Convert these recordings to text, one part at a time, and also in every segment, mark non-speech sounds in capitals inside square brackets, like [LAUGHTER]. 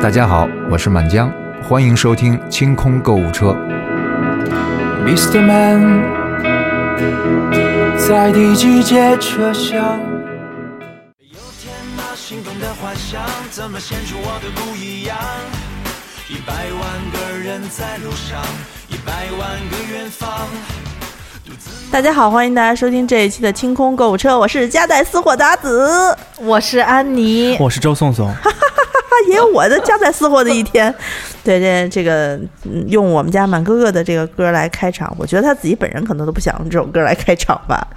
大家好，我是满江，欢迎收听清空购物车。 Mr. Man，在第几节车厢？有天那心动的幻想，怎么显出我的不一样？一百万个人在路上，一百万个远方。大家好，欢迎大家收听这一期的清空购物车，我是夹带私货达子，我是安妮，我是周颂颂，啊，也有我的夹带私货的一 [LAUGHS] 天。对，这这个嗯用我们家满哥哥的这个歌来开场，我觉得他自己本人可能都不想用这首歌来开场吧。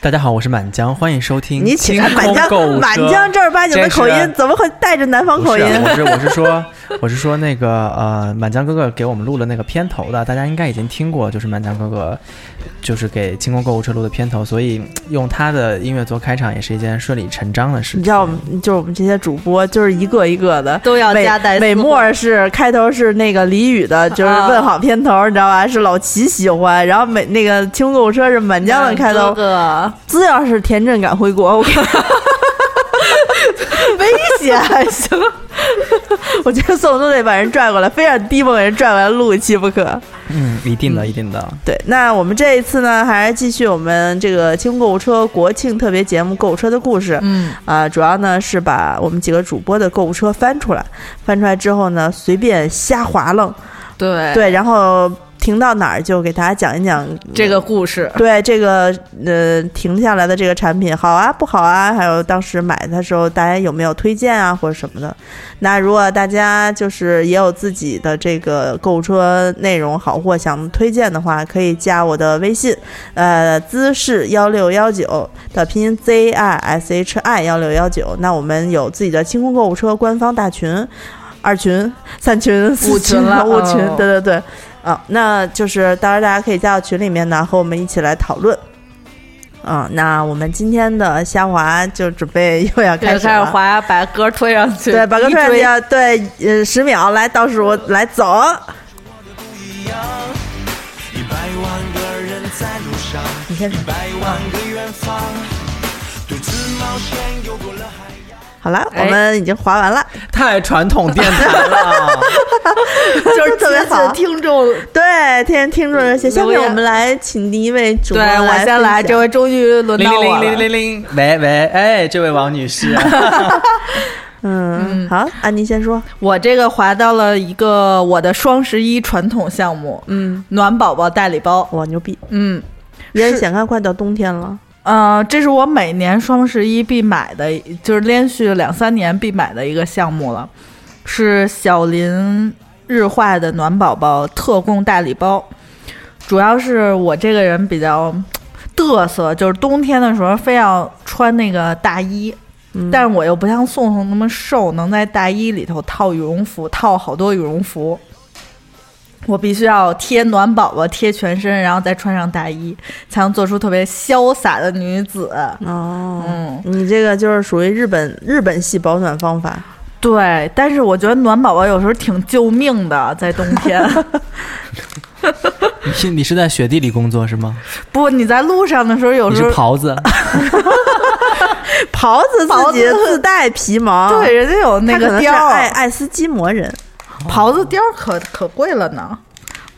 大家好，我是满江，欢迎收听你起清来，满空江购物车。满江正儿八经的口真是音的，怎么会带着南方口音？不是我是我啊是说我是说那个呃，满江哥哥给我们录了那个片头的，大家应该已经听过，就是满江哥哥就是给清空购物车录的片头，所以嗯用他的音乐做开场也是一件顺理成章的事你情。知道我们就是我们这些主播，就是一个一个的都要美夹带私货美墨是开头是那个李宇的，就是啊问好片头，你知道吧？是老齐喜欢。然后美那个清空购物车是满江的开头，哥资料是田震敢回国，我跟 [LAUGHS] 危险还行。 [LAUGHS] 我觉得宋总得把人拽过来，非让低梦给人拽过来录一期不可。嗯，一定的，一定的。对，那我们这一次呢，还是继续我们这个清空购物车国庆特别节目《购物车的故事》。嗯，啊，主要呢是把我们几个主播的购物车翻出来，翻出来之后呢，随便瞎划楞，对对，然后停到哪儿就给大家讲一讲这个故事，对这个呃停下来的这个产品好啊不好啊，还有当时买的时候大家有没有推荐啊或者什么的。那如果大家就是也有自己的这个购物车内容好货想推荐的话，可以加我的微信，呃，姿势幺六幺九的拼音 Z I S H I 幺六幺九。那我们有自己的清空购物车官方大群。二群、三群、四五群了五群，哦对对对，啊，那就是当然大家可以加到群里面呢，和我们一起来讨论。啊，那我们今天的虾滑就准备又要开开始始了。滑，把歌推上去，对，把歌一串推要对，呃，十秒来倒数，来走。一样，一百万个人在路上，你先一百万个远方，独自冒险游过了海洋。好了，我哎们已经滑完了，太传统电台了， [LAUGHS] 就是特别谢好谢。听众，对，天天听众热线，下面留言我们来请第一位主对播我先分来，享这回终于轮零到我零了零。零零零，喂喂，哎，这位王女士，嗯，好，安妮先说。我这个滑到了一个我的双十一传统项目，嗯，暖宝宝代理包。哇，牛逼！嗯，人是显看快到冬天了，呃，这是我每年双十一必买的，就是连续两三年必买的一个项目了，是小林日化的暖宝宝特供代理包。主要是我这个人比较嘚瑟，就是冬天的时候非要穿那个大衣，但是我又不像宋宋那么瘦，能在大衣里头套羽绒服，套好多羽绒服。我必须要贴暖宝宝贴全身，然后再穿上大衣，才能做出特别潇洒的女子。哦嗯，你这个就是属于日本日本系保暖方法，对，但是我觉得暖宝宝有时候挺救命的，在冬 [LAUGHS] 天。你是你是在雪地里工作是吗？不，你在路上的时候，有你时是候狍子，袍子自己袍子自带皮毛，对，人家有那他可个能是貂儿，爱爱斯基摩人，袍子貂儿可可贵了呢。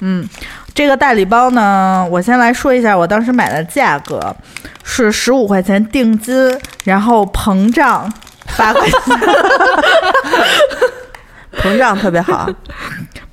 嗯，这个代理包呢，我先来说一下我当时买的价格是十五块钱定金，然后膨胀八块钱，膨胀特别 [LAUGHS] 好。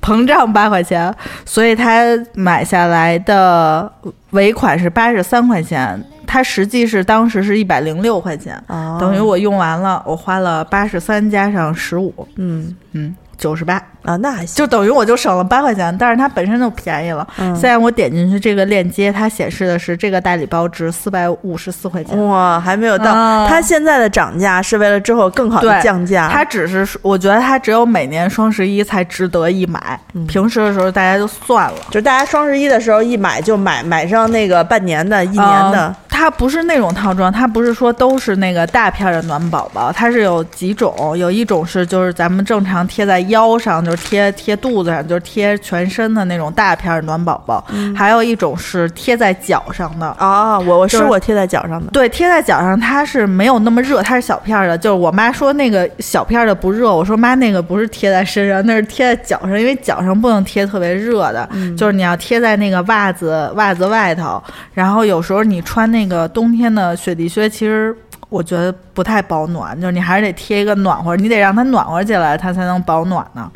膨胀八块钱，所以他买下来的尾款是八十三块钱，他实际是当时是一百零六块钱，哦等于我用完了，我花了八十三加上十五，嗯嗯，九十八。啊，那还行。就等于我就省了八块钱，但是它本身就便宜了。嗯现在我点进去这个链接，它显示的是这个代理包值四百五十四块钱。哇，还没有到，啊它现在的涨价是为了之后更好的对降价。它只是，我觉得它只有每年双十一才值得一买，嗯平时的时候大家就算了。就是大家双十一的时候一买就买买上那个半年的、一一年的，它呃它不是那种套装，它不是说都是那个大片儿的暖宝宝，它是有几种，有一种是就是咱们正常贴在腰上，就是贴贴肚子上，就是贴全身的那种大片儿暖宝宝，嗯还有一种是贴在脚上的。哦，我我就是是我贴在脚上的，对，贴在脚上它是没有那么热，它是小片儿的。就是我妈说那个小片儿的不热，我说妈那个不是贴在身上，那是贴在脚上，因为脚上不能贴特别热的，就是你要贴在那个袜子袜子外头。然后有时候你穿那个冬天的雪地靴，其实。我觉得不太保暖，就是你还是得贴一个暖和，你得让它暖和起来，它才能保暖呢。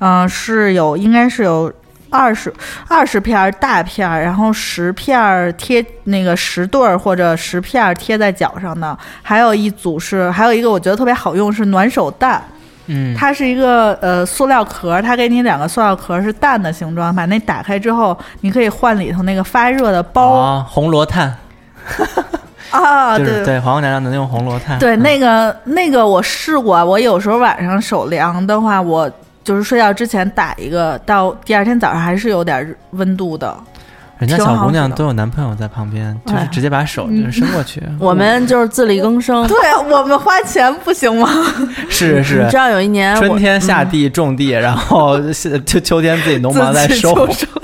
嗯、是有，应该是有二十二十片儿大片儿，然后十片儿贴那个十对儿或者十片儿贴在脚上的，还有一组是还有一个我觉得特别好用是暖手蛋，嗯，它是一个呃塑料壳，它给你两个塑料壳是蛋的形状，把那打开之后，你可以换里头那个发热的包哦，红罗炭啊，就是对对黄瓜娘娘能用红罗炭，对，嗯那个那个我试过，我有时候晚上手凉的话，我就是睡觉之前打一个，到第二天早上还是有点温度的。人家挺小好姑娘使的都有男朋友在旁边，就哎是呀直接把手就是伸过 [LAUGHS] 去。我们就是自力更生。对啊我们花钱不行吗？是你是知，道有一哎年春我天下地种地，然后是就秋天自己农忙再嗯自己收。就 [LAUGHS]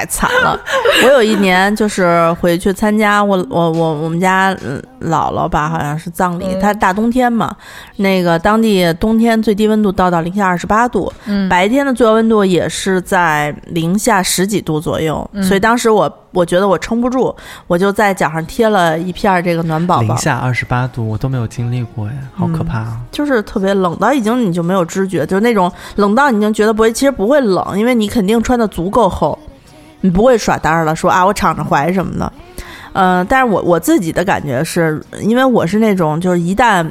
太惨了，我有一年就是回去参加我我我我们家嗯姥姥吧，好像是葬礼，她大冬天嘛，那个当地冬天最低温度到到零下二十八度，白天的最高温度也是在零下十几度左右，所以当时我我觉得我撑不住，我就在脚上贴了一片儿这个暖宝宝零，下二十八度，我都没有经历过嗯呀，好可怕啊！就是特别冷到已经你就没有知觉，就是那种冷到你已经觉得不会，其实不会冷，因为你肯定穿的足够厚，你不会耍单儿了，说啊我敞着怀什么的。呃，但是我我自己的感觉是，因为我是那种就是一旦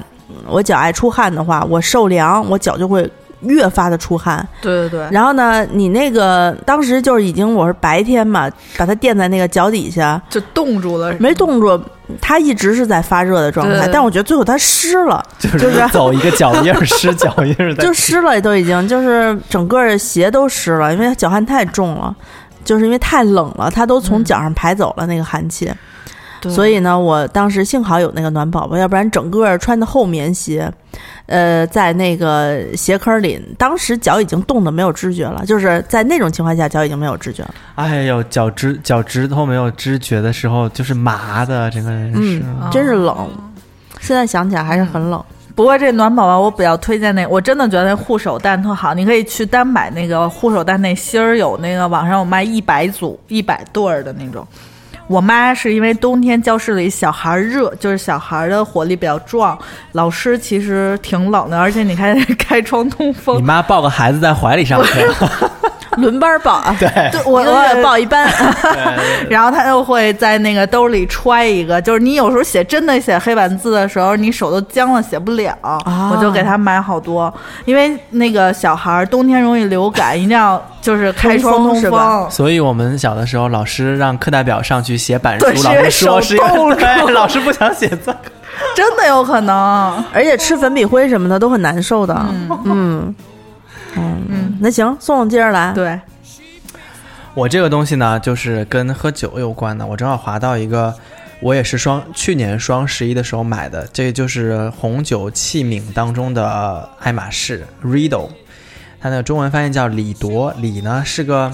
我脚爱出汗的话，我受凉，我脚就会越发的出汗。对对对，然后呢，你那个当时就是已经我是白天嘛，把它垫在那个脚底下，就冻住了，没冻住，它一直是在发热的状态对，但我觉得最后它湿了。就是啊走一个脚印儿湿脚印儿 [LAUGHS] 的，就湿了，都已经就是整个鞋都湿了，因为脚汗太重了，就是因为太冷了，它都从脚上排走了那个寒气。嗯对所以呢，我当时幸好有那个暖宝宝，要不然整个穿的厚棉鞋，呃，在那个鞋坑里，当时脚已经冻得没有知觉了，就是在那种情况下，脚已经没有知觉了。哎呦，脚趾脚趾头没有知觉的时候，就是麻的，整个人是。啊嗯真是冷，现在想起来还是很冷。不过这暖宝宝我比较推荐那，我真的觉得那护手蛋特好，你可以去单买那个护手蛋那芯儿，有那个网上有卖一百组、一百对儿的那种。我妈是因为冬天教室里小孩儿热，就是小孩儿的火力比较壮，老师其实挺冷的，而且你还得 [LAUGHS] 开窗通你风。妈抱个孩子在怀里上 [LAUGHS] 课，轮班报啊，嗯对，我一个月我报一 [LAUGHS] 班，然后他就会在那个兜里揣一个，就是你有时候写真的写黑板字的时候，你手都僵了，写不了，我就给他买好多，因为那个小孩儿冬天容易流感，一定要就是开窗通风通是吧 [LAUGHS] 风。所以我们小的时候，老师让课代表上去写板书对，老是因师为说手是因为 [LAUGHS] 冻住对老师不想写字。真的有可能。而且吃粉笔灰什么的都很难受的。嗯嗯那行，宋总接着来。对，我这个东西呢，就是跟喝酒有关的。我正好滑到一个，我也是双去年双十一的时候买的，这个就是红酒器皿当中的爱马仕 Riddle，它的中文翻译叫李铎。李呢是个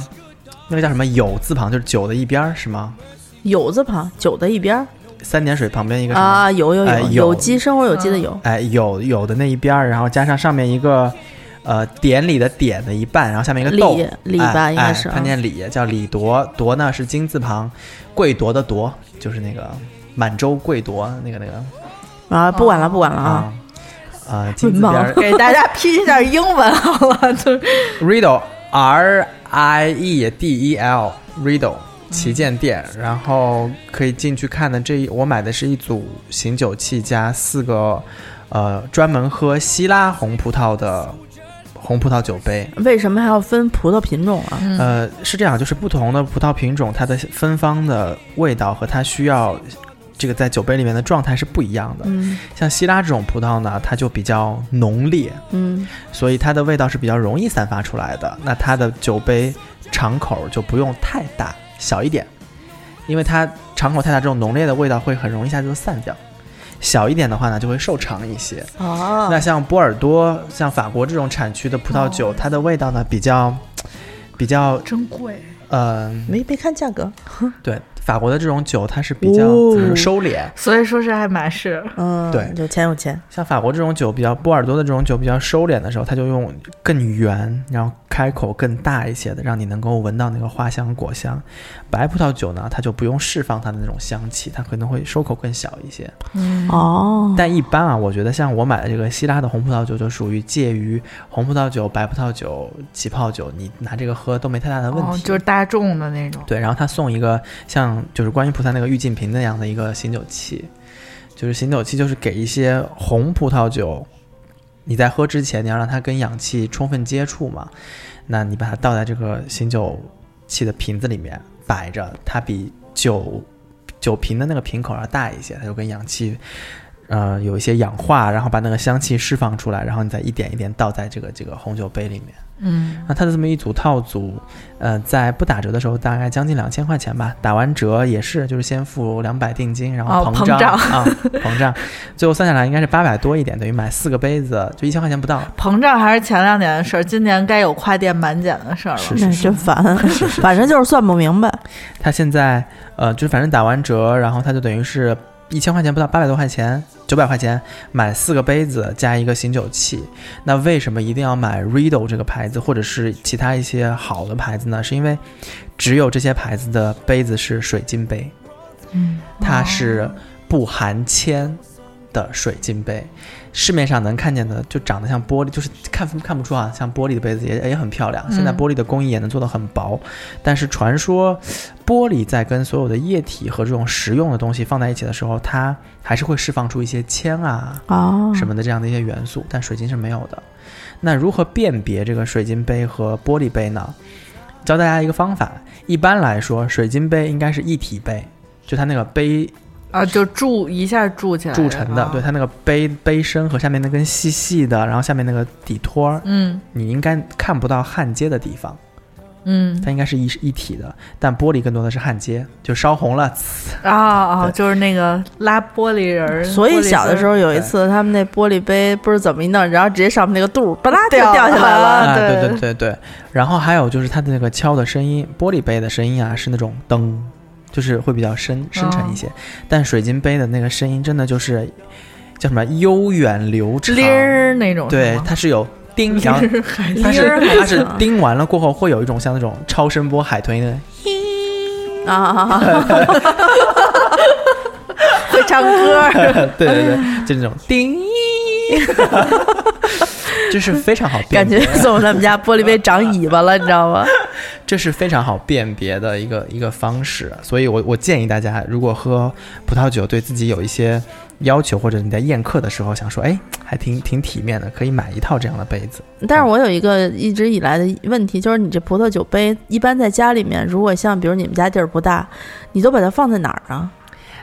那个叫什么酉字旁，就是酒的一边儿是吗？有字旁，酒的一边儿三点水旁边一个什么？啊，有有哎有，有有机生活有机的有，哎，有有的那一边儿，然后加上上面一个，呃，典礼的典的一半，然后下面一个豆礼礼吧哎应该哎是它嗯念礼，叫礼铎，铎呢是金字旁，贵铎的铎，就是那个满洲贵铎那个那个啊，不管了不管了啊，啊，呃，金字边儿给大家拼一下英文好了，就是。 Riddle R I E D E L Riddle 旗舰店，然后可以进去看的这一我买的是一组醒酒器加四个呃专门喝希腊红葡萄的红葡萄酒杯。为什么还要分葡萄品种啊？呃，是这样，就是不同的葡萄品种，它的芬芳的味道和它需要这个在酒杯里面的状态是不一样的。嗯像希腊这种葡萄呢，它就比较浓烈，嗯，所以它的味道是比较容易散发出来的。那它的酒杯敞口就不用太大，小一点。因为它场口太大，这种浓烈的味道会很容易一下就散掉。小一点的话呢，就会受尝一些。哦那像波尔多、像法国这种产区的葡萄酒，它的味道呢比较比较真贵。嗯、没没看价格，对，法国的这种酒它是比较哦收敛。所以说是爱马仕，嗯，对有钱有钱，像法国这种酒比较波尔多的这种酒比较收敛的时候，它就用更圆，然后开口更大一些的，让你能够闻到那个花香果香。白葡萄酒呢，它就不用释放它的那种香气，它可能会收口更小一些。嗯，哦，但一般啊，我觉得像我买的这个希腊的红葡萄酒，就属于介于红葡萄酒、白葡萄酒、起泡酒，你拿这个喝都没太大的问题。哦，就是大众的那种。对，然后他送一个像就是观音菩萨那个玉净瓶那样的一个醒酒器，就是醒酒器就是给一些红葡萄酒，你在喝之前你要让它跟氧气充分接触嘛，那你把它倒在这个醒酒器的瓶子里面摆着，它比酒酒瓶的那个瓶口要大一些，它就跟氧气。呃，有一些氧化，然后把那个香气释放出来，然后你再一点一点倒在这个这个红酒杯里面。嗯，那它的这么一组套组，呃，在不打折的时候大概将近两千块钱吧，打完折也是就是先付两百定金，然后哦膨胀,、膨胀啊，膨胀，最后算下来应该是八百多一点，等于买四个杯子就一千块钱不到。膨胀还是前两年的事儿，今年该有跨店满减的事儿了。是那真烦， [LAUGHS] 反正就是算不明白。它现在呃，就是反正打完折，然后它就等于是一千块钱不到，八百多块钱，九百块钱买四个杯子加一个醒酒器。那为什么一定要买 Riedel 这个牌子，或者是其他一些好的牌子呢？是因为只有这些牌子的杯子是水晶杯。嗯，它是不含铅的水晶杯，市面上能看见的就长得像玻璃，就是看看不出啊，像玻璃的杯子也也很漂亮。嗯现在玻璃的工艺也能做得很薄，但是传说玻璃在跟所有的液体和这种食用的东西放在一起的时候，它还是会释放出一些铅啊哦，什么的这样的一些元素，但水晶是没有的。那如何辨别这个水晶杯和玻璃杯呢？教大家一个方法。一般来说，水晶杯应该是一体杯，就它那个杯啊，就铸一下铸起来，啊铸成的，对，它那个杯杯身和下面那根细细的，然后下面那个底托儿，嗯你应该看不到焊接的地方，嗯它应该是一一体的。但玻璃更多的是焊接，就烧红了，呲啊啊，对就是那个拉玻璃人儿。所以小的时候有一对次，他们那玻璃杯不知怎么一弄，然后直接上面那个肚儿吧啦就掉掉下来了了。啊啊，对对对对对。然后还有就是它的那个敲的声音，玻璃杯的声音啊是那种噔，就是会比较深深沉哦一些，但水晶杯的那个声音真的就是叫什么悠远流长，铃儿那种是对吗，它是有叮，然后它铃是儿还它是行叮完了过后会有一种像那种超声波海豚的。 [LAUGHS] 啊，会唱歌， [LAUGHS] 对对对，就那种叮，就是非常好辨感觉别，送他们家玻璃杯长尾巴了，你知道吗？这是非常好辨别的一个一个方式。所以我我建议大家，如果喝葡萄酒对自己有一些要求，或者你在宴客的时候想说，哎，还挺挺体面的，可以买一套这样的杯子。 [LAUGHS] 但是我有一个一直以来的问题，就是你这葡萄酒杯一般在家里面，如果像比如你们家地儿不大，你都把它放在哪儿啊？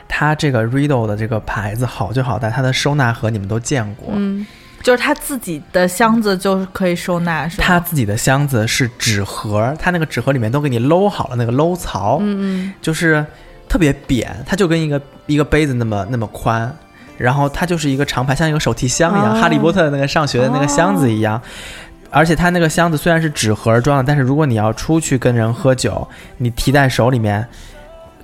它这个 Riedel 的这个牌子好就好在它的收纳盒你们都见过，嗯，就是他自己的箱子就是可以收纳，是吗？它自己的箱子是纸盒，它那个纸盒里面都给你搂好了那个搂槽，嗯就是特别扁，它就跟一个一个杯子那么那么宽，然后它就是一个长牌，像一个手提箱一样，哦哈利波特那个上学的那个箱子一样。而且它那个箱子虽然是纸盒装的，但是如果你要出去跟人喝酒，你提在手里面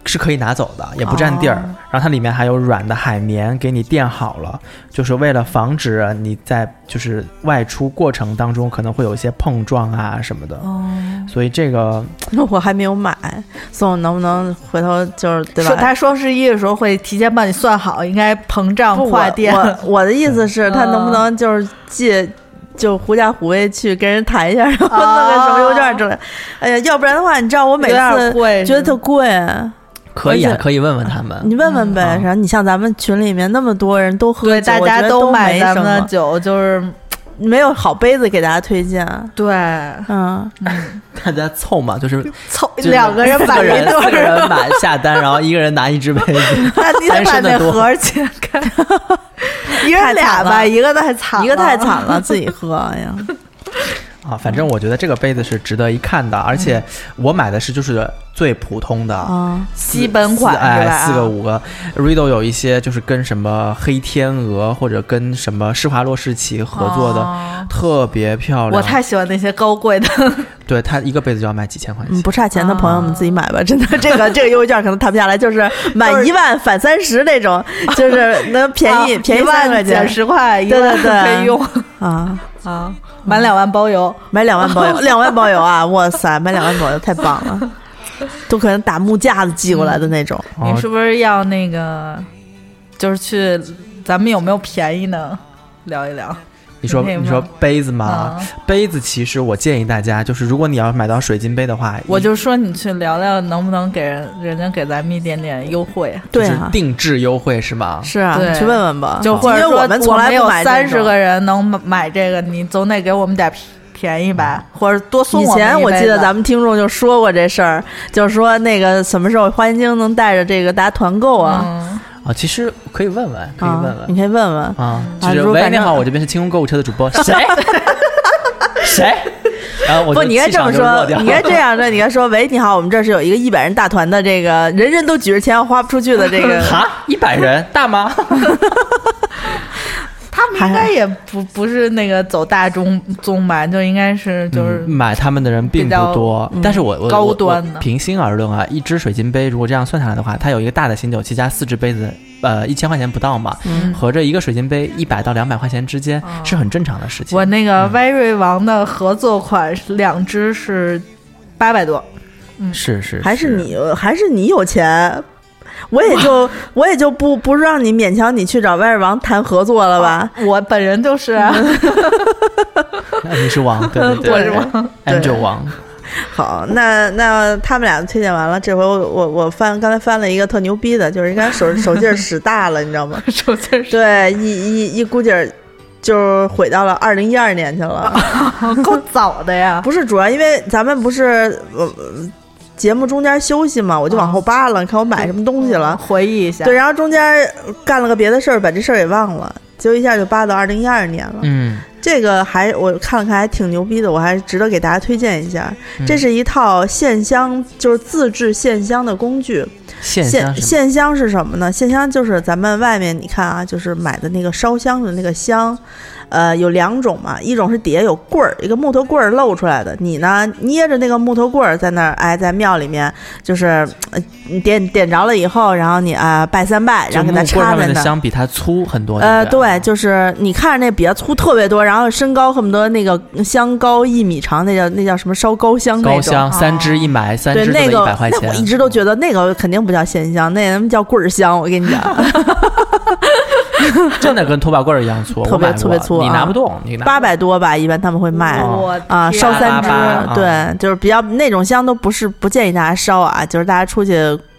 是可以拿走的，也不占地儿。哦然后它里面还有软的海绵给你垫好了，就是为了防止你在就是外出过程当中可能会有一些碰撞啊什么的。哦，所以这个嗯， [LAUGHS] 我还没有买，送我能不能回头就是对吧？说他双十一的时候会提前帮你算好，应该膨胀不我跨店。嗯我我的意思 [LAUGHS] 是，他能不能就是借。就狐假虎威去跟人谈一下，然后弄个什么优券之类。哎呀，要不然的话，你知道我每哦有次点贵嗯觉得特贵，可以而啊，且可以问问他们。你问问呗。嗯然后你像咱们群里面那么多人都喝对，酒大我觉家得都都买没咱什们的么酒，就是没有好杯子给大家推 [LAUGHS] 荐。对嗯，大家凑嘛，就是凑就是 [LAUGHS] 两个人四买个一人，对四个儿，人买下单，然后一个人拿一只杯子。 [LAUGHS] 那你得单把身的那多盒儿切开，一个人太惨俩吧，了一个太惨， [LAUGHS] 一个太惨了，自己喝哎呀。 [LAUGHS] 啊，反正我觉得这个杯子是值得一看的，而嗯且我买的是就是最普通的，啊，四哦基本款四是吧哎，啊四个五个。Rido 有一些就是跟什么黑天鹅或者跟什么施华洛世奇合作的，哦特别漂亮。我太喜欢那些高贵的，对它一个杯子就要卖几千块钱。嗯，不差钱的朋友们自己买吧，真的，这个这个优惠券可能谈不下来，啊就是啊满一万返三十那种，就是 [LAUGHS] 能便宜便宜一三十万块减钱十块， [LAUGHS] 一对万对对可以用啊，啊，满两万包邮。买两万包 [LAUGHS] 邮，两万包邮啊！哇塞，买两万包邮太棒了，都可能打木架子寄过来的那种。哦你是不是要那个，就是去咱们有没有便宜呢？聊一聊你说那个你说杯子嘛，啊，杯子其实我建议大家就是，如果你要买到水晶杯的话，我一就说你去聊聊，能不能给人人家给咱们一点点优惠？就对是啊，定制优惠是吗？是啊，对你去问问吧。就或者因说为我们从来没不有买这三种十个人能买买这个，你总得给我们点便宜吧，或者多送以我们一杯吧。前我记得咱们们听众就说过这事儿，就是说那个什么时候花千晶能带着这个大家团购啊？嗯，啊，其实可以问问，可以啊问你问可以问问。啊。就啊是如果喂，反你正好，我这边是清空购物车的主 [LAUGHS] 播，谁谁？然后我不，就你应该气这场么就说弱，掉你应该了 [LAUGHS] 这样的，你应该说：“喂，你好，我们这儿是有一个一百人大团的，这个人人都举着钱花不出去的这 [LAUGHS] 个哈，一百人大吗？他们应该也不不是那个走大众宗吧，就应该是就是嗯买他们的人并比不较多，嗯但是我我高我端我的平心而论啊，一只水晶杯如果这样算下来的话，它有一个大的醒酒器加四只杯子，呃，一千块钱不到嘛，嗯合着一个水晶杯一百到两百块钱之间啊是很正常的事情。我那嗯个歪瑞王的合作款是两只是八百多，是是，还是你还是你有钱，我也就我也就不不让你勉强你去找外王谈合作了吧？我本人就是啊、嗯 [LAUGHS] 那 [LAUGHS] 你是王，对 [LAUGHS] 对对，我是王， Angel 王，好，那那他们俩推荐完了，这回我我我翻刚才翻了一个特牛逼的，就是应该手手劲儿使大了，你知道 [LAUGHS] 吗？首先是对，一一一股劲儿。就毁到了二零一二年去了，够早的呀，不是主要因为咱们不是呃节目中间休息嘛，我就往后扒了，你看我买什么东西了，回忆一下，对，然后中间呃干了个别的事儿，把这事儿给忘了，结果一下就扒到二零一二年了。嗯，这个还我看了看，还挺牛逼的，我还值得给大家推荐一下。这是一套线香，就是自制线香的工具。线线香是吗线香是什么呢？线香就是咱们外面你看啊，就是买的那个烧香的那个香，呃，有两种嘛，一种是底下有棍儿，一个木头棍儿露出来的，你呢捏着那个木头棍儿在那儿，哎，在庙里面就是、呃、你点点着了以后，然后你啊、拜三拜，然后给它就木棍插上在面那的儿。香比它粗很多，呃，不对，就是你看着那比较粗特别多，然后身高恨不得那个香高一米长，那叫那叫什么烧高香那高种。香三支一买，三哦对支那一个百块钱，嗯那我一直都觉得那个肯定不叫线香，那他妈叫棍儿香。我跟 [LAUGHS] 你讲，真的跟拖把棍儿一样粗， [LAUGHS] 特别我买过特别粗你啊拿不动，你拿八百多吧，一般他们会卖。我天啊，烧三支， 88啊对，就是比较那种香都不是不建议大家烧啊，就是大家出去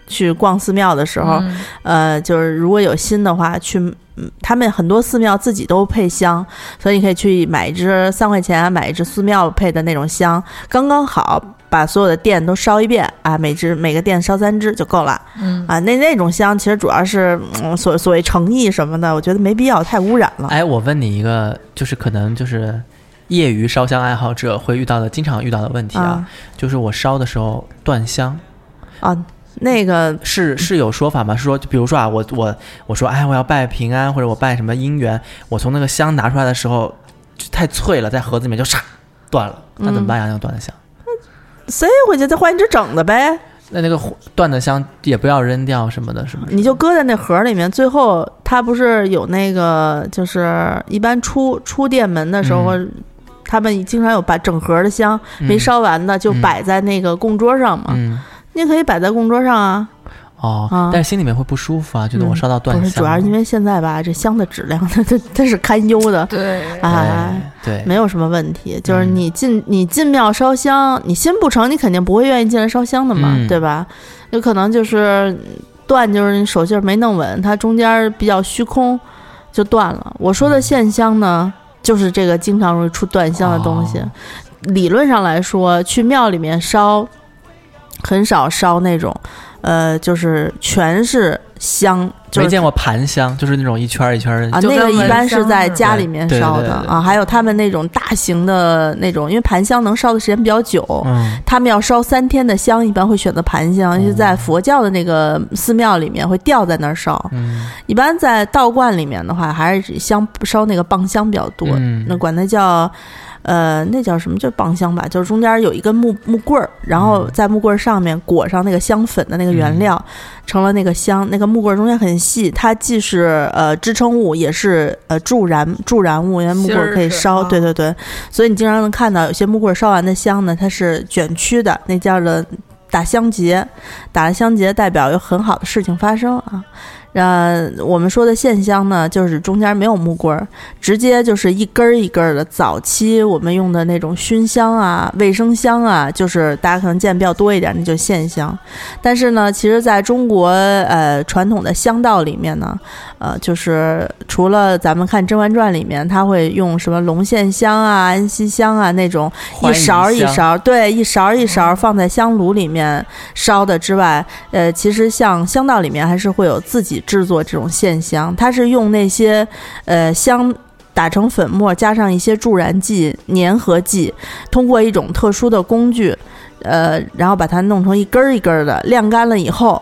去逛寺庙的时候，嗯呃，就是如果有心的话，去嗯他们很多寺庙自己都配香，所以你可以去买一支三块钱买一支寺庙配的那种香，刚刚好把所有的店都烧一遍啊，每支每个店烧三支就够了。嗯啊，那那种香其实主要是、嗯、所所谓诚意什么的，我觉得没必要太污染了。哎，我问你一个，就是可能就是业余烧香爱好者会遇到的，经常遇到的问题啊，啊就是我烧的时候断香，啊，那个是是有说法吗？是说，就比如说啊，我我我说，哎，我要拜平安或者我拜什么姻缘，我从那个香拿出来的时候就太脆了，在盒子里面就唰断了，那怎么办嗯呀？那断的香，谁回去再换一支整的呗，那那个断的香也不要扔掉什么的，是不是？你就搁在那盒里面。最后它不是有那个，就是一般出出店门的时候。嗯他们经常有把整盒的香没烧完的，就摆在那个供桌上嘛。嗯。你可以摆在供桌上啊，哦，啊但是心里面会不舒服啊，觉得嗯我烧到断不香了、是主要是因为现在吧，这香的质量 [LAUGHS] 它它它是堪忧的对，啊。哎对对没有什么问题，就是嗯你进你进庙烧香，你心不诚，你肯定不会愿意进来烧香的嘛，嗯对吧？有可能就是断，就是你手劲儿没弄稳，它中间儿比较虚空，就断了。我说嗯的线香呢，就是这个经常容易出断香的东西。哦理论上来说，去庙里面烧，很少烧那种，呃，就是全是香，就没是见过盘香，就是那种一圈儿一圈儿的。啊，就那个跟一蚊般是香在似的家里面对对烧对的对啊，还有他们那种大型的那种，因为盘香能烧的时间比较久，嗯，他们要烧三天的香，一般会选择盘香，就在佛教的那个寺庙里面会吊在那儿烧。嗯一般在道观里面的话，还是香烧那个棒香比较多，嗯那管它叫。呃，那叫什么？就是棒香吧，就是中间有一根木木棍儿，然后在木棍儿上面裹上那个香粉的那个原料，成了那个香。那个木棍儿中间很细，它既是呃支撑物，也是呃助燃助燃物，因为木棍儿可以芯儿是烧。啊对对对，所以你经常能看到有些木棍儿烧完的香呢，它是卷曲的，那叫了打香结。打了香结代表有很好的事情发生啊。呃，我们说的线香呢，就是中间没有木棍儿，直接就是一根儿一根儿的。早期我们用的那种熏香啊、卫生香啊，就是大家可能见比较多一点，那就线香。但是呢，其实在中国呃传统的香道里面呢，呃，就是除了咱们看《甄嬛传》里面，他会用什么龙涎香啊、安息香啊那种一欢迎勺儿一香勺儿，对，一勺儿一勺儿放在香炉里面烧的之外，呃，其实像香道里面还是会有自己制作这种线香，它是用那些呃香。打成粉末，加上一些助燃剂、粘合剂，通过一种特殊的工具，呃，然后把它弄成一根儿一根儿的，晾干了以后，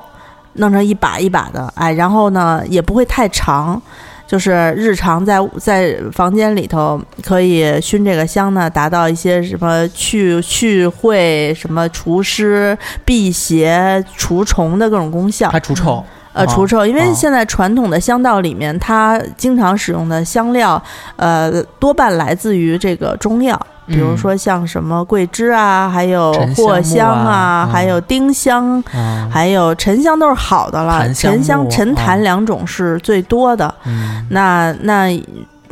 弄成一把一把的，哎，然后呢也不会太长，就是日常在在房间里头可以熏这个香呢，达到一些什么去去秽、什么除湿、辟邪、除虫的各种功效还。除臭，呃，啊除臭，因为哦现在传统的香道里面，它经常使用的香料，呃，多半来自于这个中药，比如嗯说像什么桂枝啊，还有沉香藿木香啊还嗯有丁香，啊，还有沉香都是好的了，檀香沉香、木沉檀啊两种是最多的。嗯那那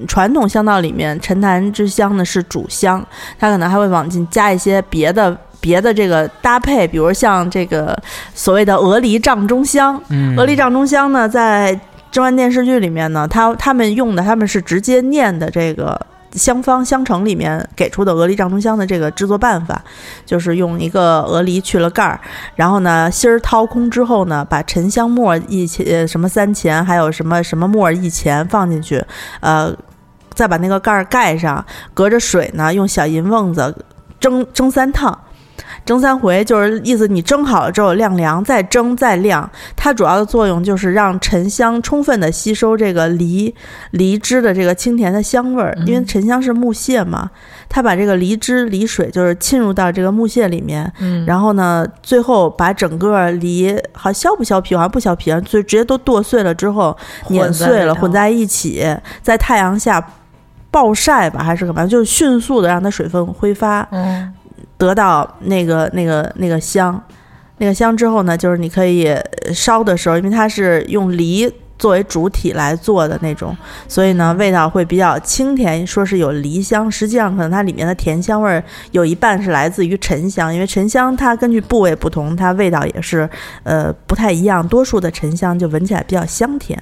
传统香道里面，沉檀之香呢是主香，它可能还会往进加一些别的别的这个搭配，比如像这个所谓的鹅梨帐中香。嗯，鹅梨帐中香呢，在甄嬛电视剧里面呢，它他们用的他们是直接念的这个。香方香城里面给出的鹅梨帐中香的这个制作办法，就是用一个鹅梨去了盖儿，然后呢芯儿掏空之后呢，把沉香末一钱呃什么三钱，还有什么什么末一钱放进去，呃，再把那个盖儿盖上，隔着水呢用小银瓮子蒸蒸三趟，蒸三回就是意思你蒸好了之后晾凉，再蒸再晾。它主要的作用就是让沉香充分的吸收这个梨梨汁的这个清甜的香味儿，因为沉香是木屑嘛，它把这个梨汁梨水就是浸入到这个木屑里面，嗯然后呢，最后把整个梨好像削不削皮，好像不削皮，就直接都剁碎了之后碾碎了，混在一起，在太阳下暴晒吧，还是干嘛？就是迅速的让它水分挥发，嗯，得到那个那个那个香，那个香之后呢，就是你可以呃烧的时候，因为它是用梨作为主体来做的那种，所以呢味道会比较清甜，说是有梨香，实际上可能它里面的甜香味儿有一半是来自于沉香，因为沉香它根据部位不同，它味道也是呃不太一样，多数的沉香就闻起来比较香甜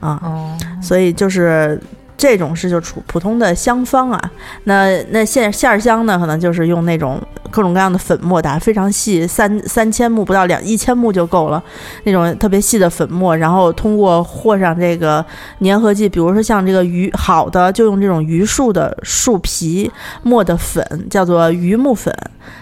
啊。哦，所以就是这种是就普普通的香方啊。那那线线儿香呢，可能就是用那种各种各样的粉末打得非常细，三三千目不到两一千目就够了，那种特别细的粉末，然后通过和上这个粘合剂，比如说像这个榆好的就用这种榆树的树皮磨的粉，叫做榆木粉。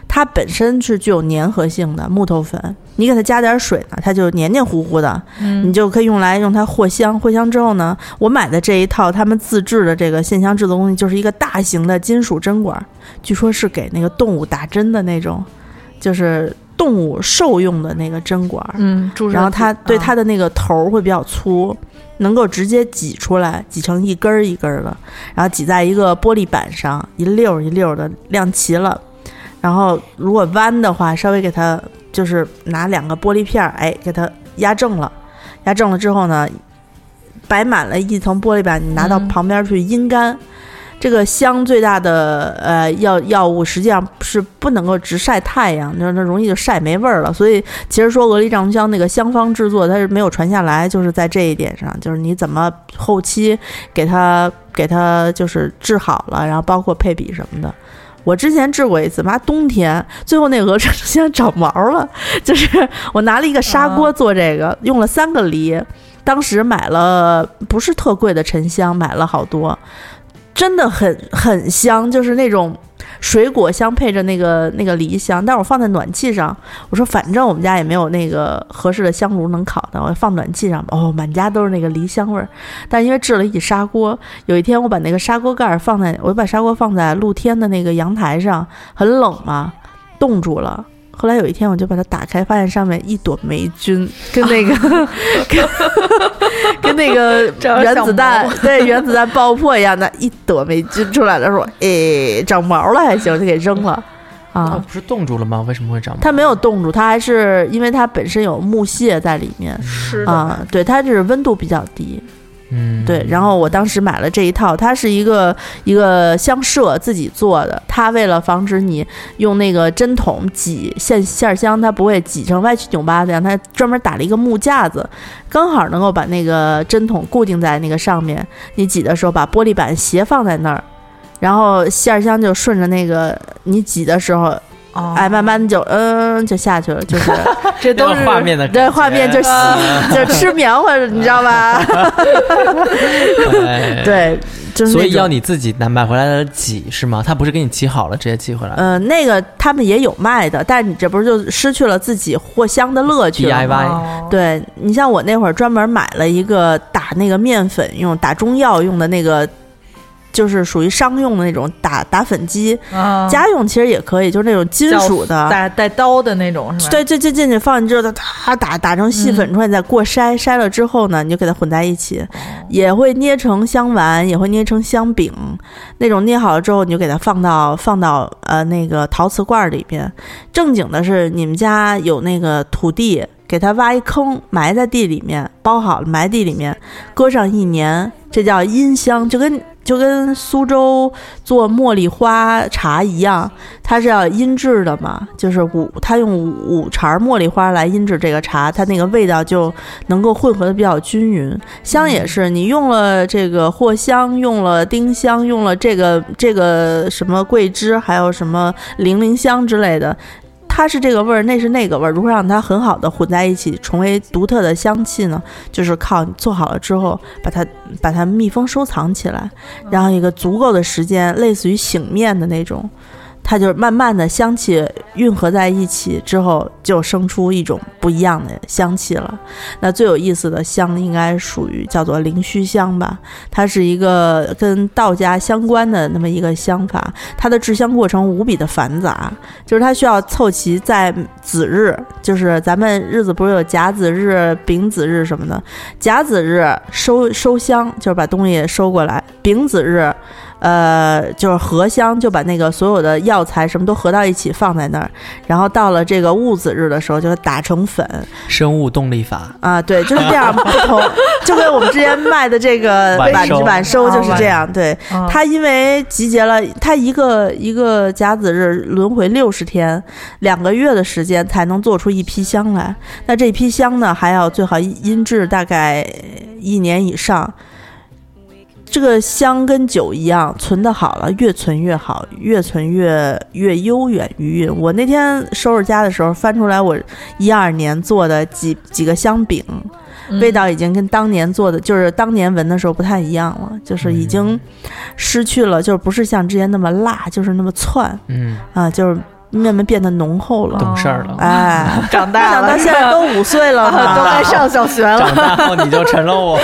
它本身是具有粘合性的木头粉，你给它加点水呢，它就黏黏糊糊的，你就可以用来用它和香。和香之后呢，我买的这一套他们自制的这个线香制作工艺，就是一个大型的金属针管，据说是给那个动物打针的那种，就是动物兽用的那个针管。嗯，注射然后它剂对啊它的那个头儿会比较粗，能够直接挤出来，挤成一根儿一根儿的，然后挤在一个玻璃板上，一溜儿一溜儿的晾齐了。然后如果弯的话，稍微给它就是拿两个玻璃片儿，哎，给它压正了，压正了之后呢，摆满了一层玻璃板，你拿到嗯旁边去阴干。这个香最大的呃药药物实际上是不能够直晒太阳，那那容易就晒没味儿了。所以其实说鹅梨帐香那个香方制作，它是没有传下来，就是在这一点上，就是你怎么后期给它给它就是治好了，然后包括配比什么的，我之前治过一次，妈冬天，最后那鹅真的像长毛了， [LAUGHS] 就是我拿了一个砂锅做这个，用了三个梨，当时买了不是特贵的沉香，买了好多，真的很很香，就是那种。水果相配着那个那个梨香，但是我放在暖气上，我说反正我们家也没有那个合适的香炉能烤它，我放暖气上吧。哦，满家都是那个梨香味儿。但因为制了一砂锅，有一天我把那个砂锅盖儿放在，我把砂锅放在露天的那个阳台上，很冷嘛，冻住了。后来有一天，我就把它打开，发现上面一朵霉菌，跟那个、跟跟那个长得原像子弹毛对原子弹爆破一样的，一朵霉菌出来了，说：“哎，长毛了还行，就给扔了。”那啊，哦不是冻住了吗？为什么会长毛？它没有冻住，它还是因为它本身有木屑在里面吃的、啊，对，它就是温度比较低，嗯，对。然后我当时买了这一套，它是一个一个香麝自己做的，它为了防止你用那个针筒挤线线香，它不会挤成歪七扭八的样，它专门打了一个木架子，刚好能够把那个针筒固定在那个上面，你挤的时候把玻璃板斜放在那儿。然后线香就顺着那个你挤的时候，哦哎，慢慢就嗯就下去了，就是这这都是画面的对画面就洗，就吃棉花，你知道吧？[LAUGHS] 对。对，就是哎所以那种要你自己拿买回来的挤是吗？他不是给你挤好了直接寄回来呃，那个他们也有卖的，但是你这不是就失去了自己藿香的乐趣了吗？ ？DIY 哦对你像我那会儿专门买了一个打那个面粉用、打中药用的那个，就是属于商用的那种打打粉机，嗯啊家用其实也可以，就是那种金叫属的，带带刀的那种是吧？嗯对，就就进去放进去之后，它它打打成细粉出来，再过筛，筛了之后呢，你就给它混在一哦起，也会捏成香丸，也会捏成香饼，那种捏好了之后，你就给它放到放到呃那个陶瓷罐儿里边。正经的是，你们家有那个土地，给它挖一坑，埋在地里面，包好了埋地里面，搁上一年，这叫阴香，就跟。就跟苏州做茉莉花茶一样，它是要阴制的嘛，就是五，它用五五茬茉莉花来阴制这个茶，它那个味道就能够混合的比较均匀。香也是，你用了这个藿香，用了丁香，用了这个这个什么桂枝，还有什么零陵香之类的。它是这个味儿，那是那个味儿，如何让它很好的混在一起，成为独特的香气呢？就是靠你做好了之后，把它把它密封收藏起来，然后一个足够的时间，类似于醒面的那种，它就慢慢的香气运合在一起之后，就生出一种不一样的香气了。那最有意思的香应该属于叫做灵虚香吧，它是一个跟道家相关的那么一个香法，它的制香过程无比的繁杂，就是它需要凑齐在子日，就是咱们日子不是有甲子日、丙子日什么的，甲子日收收香，就是把东西收过来；丙子日呃，就是合香，就把那个所有的药材什么都合到一起放在那儿，然后到了这个戊子日的时候，就打成粉生物动力法，啊，对，就是这样不同，就跟我们之前卖的这个 [LAUGHS] 晚晚收晚收就是这样，对，嗯它因为集结了它一个一个甲子日轮回六十天，两个月的时间才能做出一批香来。那这批香呢，还要最好音质大概一年以上。这个香跟酒一样，存的好了，越存越好，越存越越悠远余韵。我那天收拾家的时候，翻出来我一二年做的几几个香饼，味道已经跟当年做的，就是当年闻的时候不太一样了，就是已经失去了，就是不是像之前那么辣，就是那么窜嗯，啊，就是慢慢变得浓厚了。懂事儿了。 [LAUGHS] 哎，长没大想了，到现在都五岁了 [LAUGHS] 都嘛，该上小学了。长大后你就成 [LAUGHS] 了我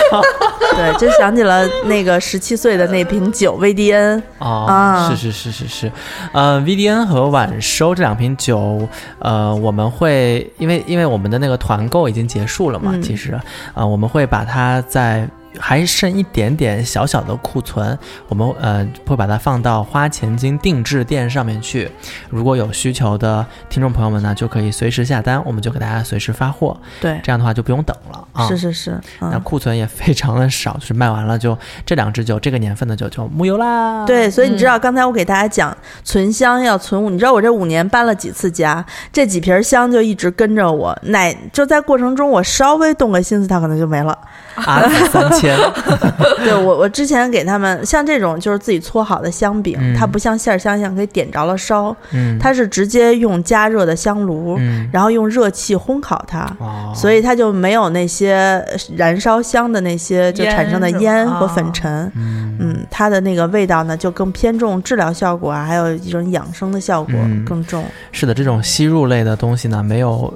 对，就想起了那个十七岁的那瓶酒威迪恩，哦啊，是是是是是，呃，VDN 和晚收这两瓶酒，呃，我们会因为因为我们的那个团购已经结束了嘛，嗯其实啊、呃我们会把它在。还剩一点点小小的库存，我们呃会把它放到花钱精定制店上面去。如果有需求的听众朋友们呢，就可以随时下单，我们就给大家随时发货。对，这样的话就不用等了啊。是是是，那嗯，库存也非常的少，就是卖完了就这两支酒，这个年份的酒就木有啦。对，所以你知嗯道刚才我给大家讲存香要存五，你知道我这五年搬了几次家，这几瓶香就一直跟着我，哪就在过程中我稍微动个心思，它可能就没了。啊，三 [LAUGHS] 签，对我，我之前给他们像这种就是自己搓好的香饼，嗯它不像馅儿香一样可以点着了烧，嗯，它是直接用加热的香炉，嗯，然后用热气烘烤它。哦，所以它就没有那些燃烧香的那些就产生的烟烟是吧哦和粉尘，嗯嗯，它的那个味道呢就更偏重治疗效果啊，还有一种养生的效果嗯更重。是的，这种吸入类的东西呢，没有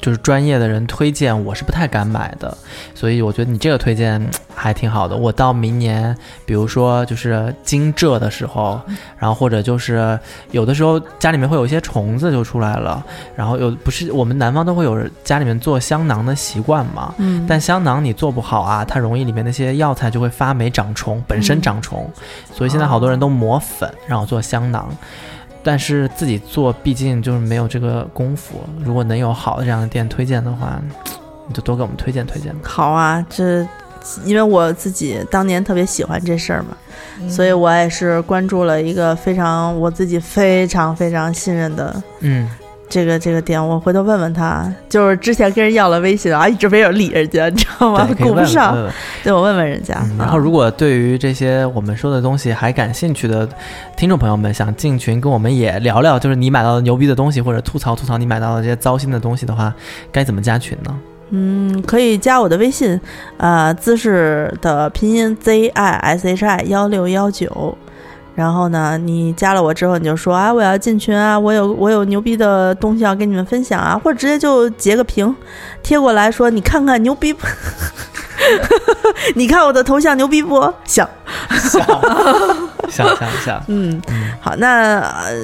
就是专业的人推荐，我是不太敢买的。所以我觉得你这个推荐嗯还挺好的。我到明年，比如说就是惊蛰的时候，嗯然后或者就是有的时候家里面会有一些虫子就出来了，然后有不是我们南方都会有家里面做香囊的习惯嘛。嗯，但香囊你做不好啊，它容易里面那些药材就会发霉长虫，本嗯身长虫，所以现在好多人都磨粉让我做香囊，但是自己做毕竟就是没有这个功夫。如果能有好的这样的店推荐的话，你就多给我们推荐推荐吧。好啊，这因为我自己当年特别喜欢这事儿嘛，嗯所以我也是关注了一个非常我自己非常非常信任的。嗯，这个这个店，我回头问问他，就是之前跟人要了微信啊，一直没有理人家，你知道吗对，？可以顾问不问上，问问对我问问人家。嗯，啊然后，如果对于这些我们说的东西还感兴趣的听众朋友们，想进群跟我们也聊聊，就是你买到的牛逼的东西，或者吐槽吐槽你买到的这些糟心的东西的话，该怎么加群 [LAUGHS] 呢？嗯，可以加我的微信，呃，姿势的拼音 z i s h i 幺六幺九。然后呢，你加了我之后，你就说啊，我要进群啊，我有我有牛逼的东西要跟你们分享啊，或者直接就截个屏贴过来说，你看看牛逼不？ [LAUGHS] 你看我的头像牛逼不？想，笑，笑笑笑。嗯，嗯好，那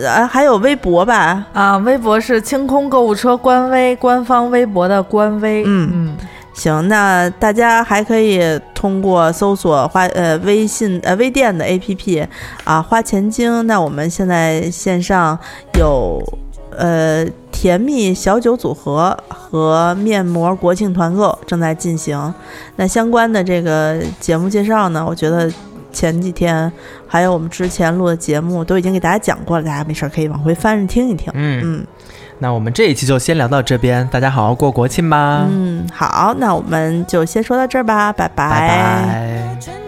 呃还有微博吧，啊，微博是清空购物车官微，官方微博的官微。嗯嗯行，那大家还可以通过搜索花呃微信呃微店的 APP 啊花钱精。那我们现在线上有呃甜蜜小酒组合和面膜国庆团购正在进行。那相关的这个节目介绍呢，我觉得前几天还有我们之前录的节目都已经给大家讲过了，大家没事儿可以往回翻着听一听。嗯，嗯那我们这一期就先聊到这边，大家好好过国庆吧，嗯嗯，好，那我们就先说到这儿吧，拜拜拜拜趁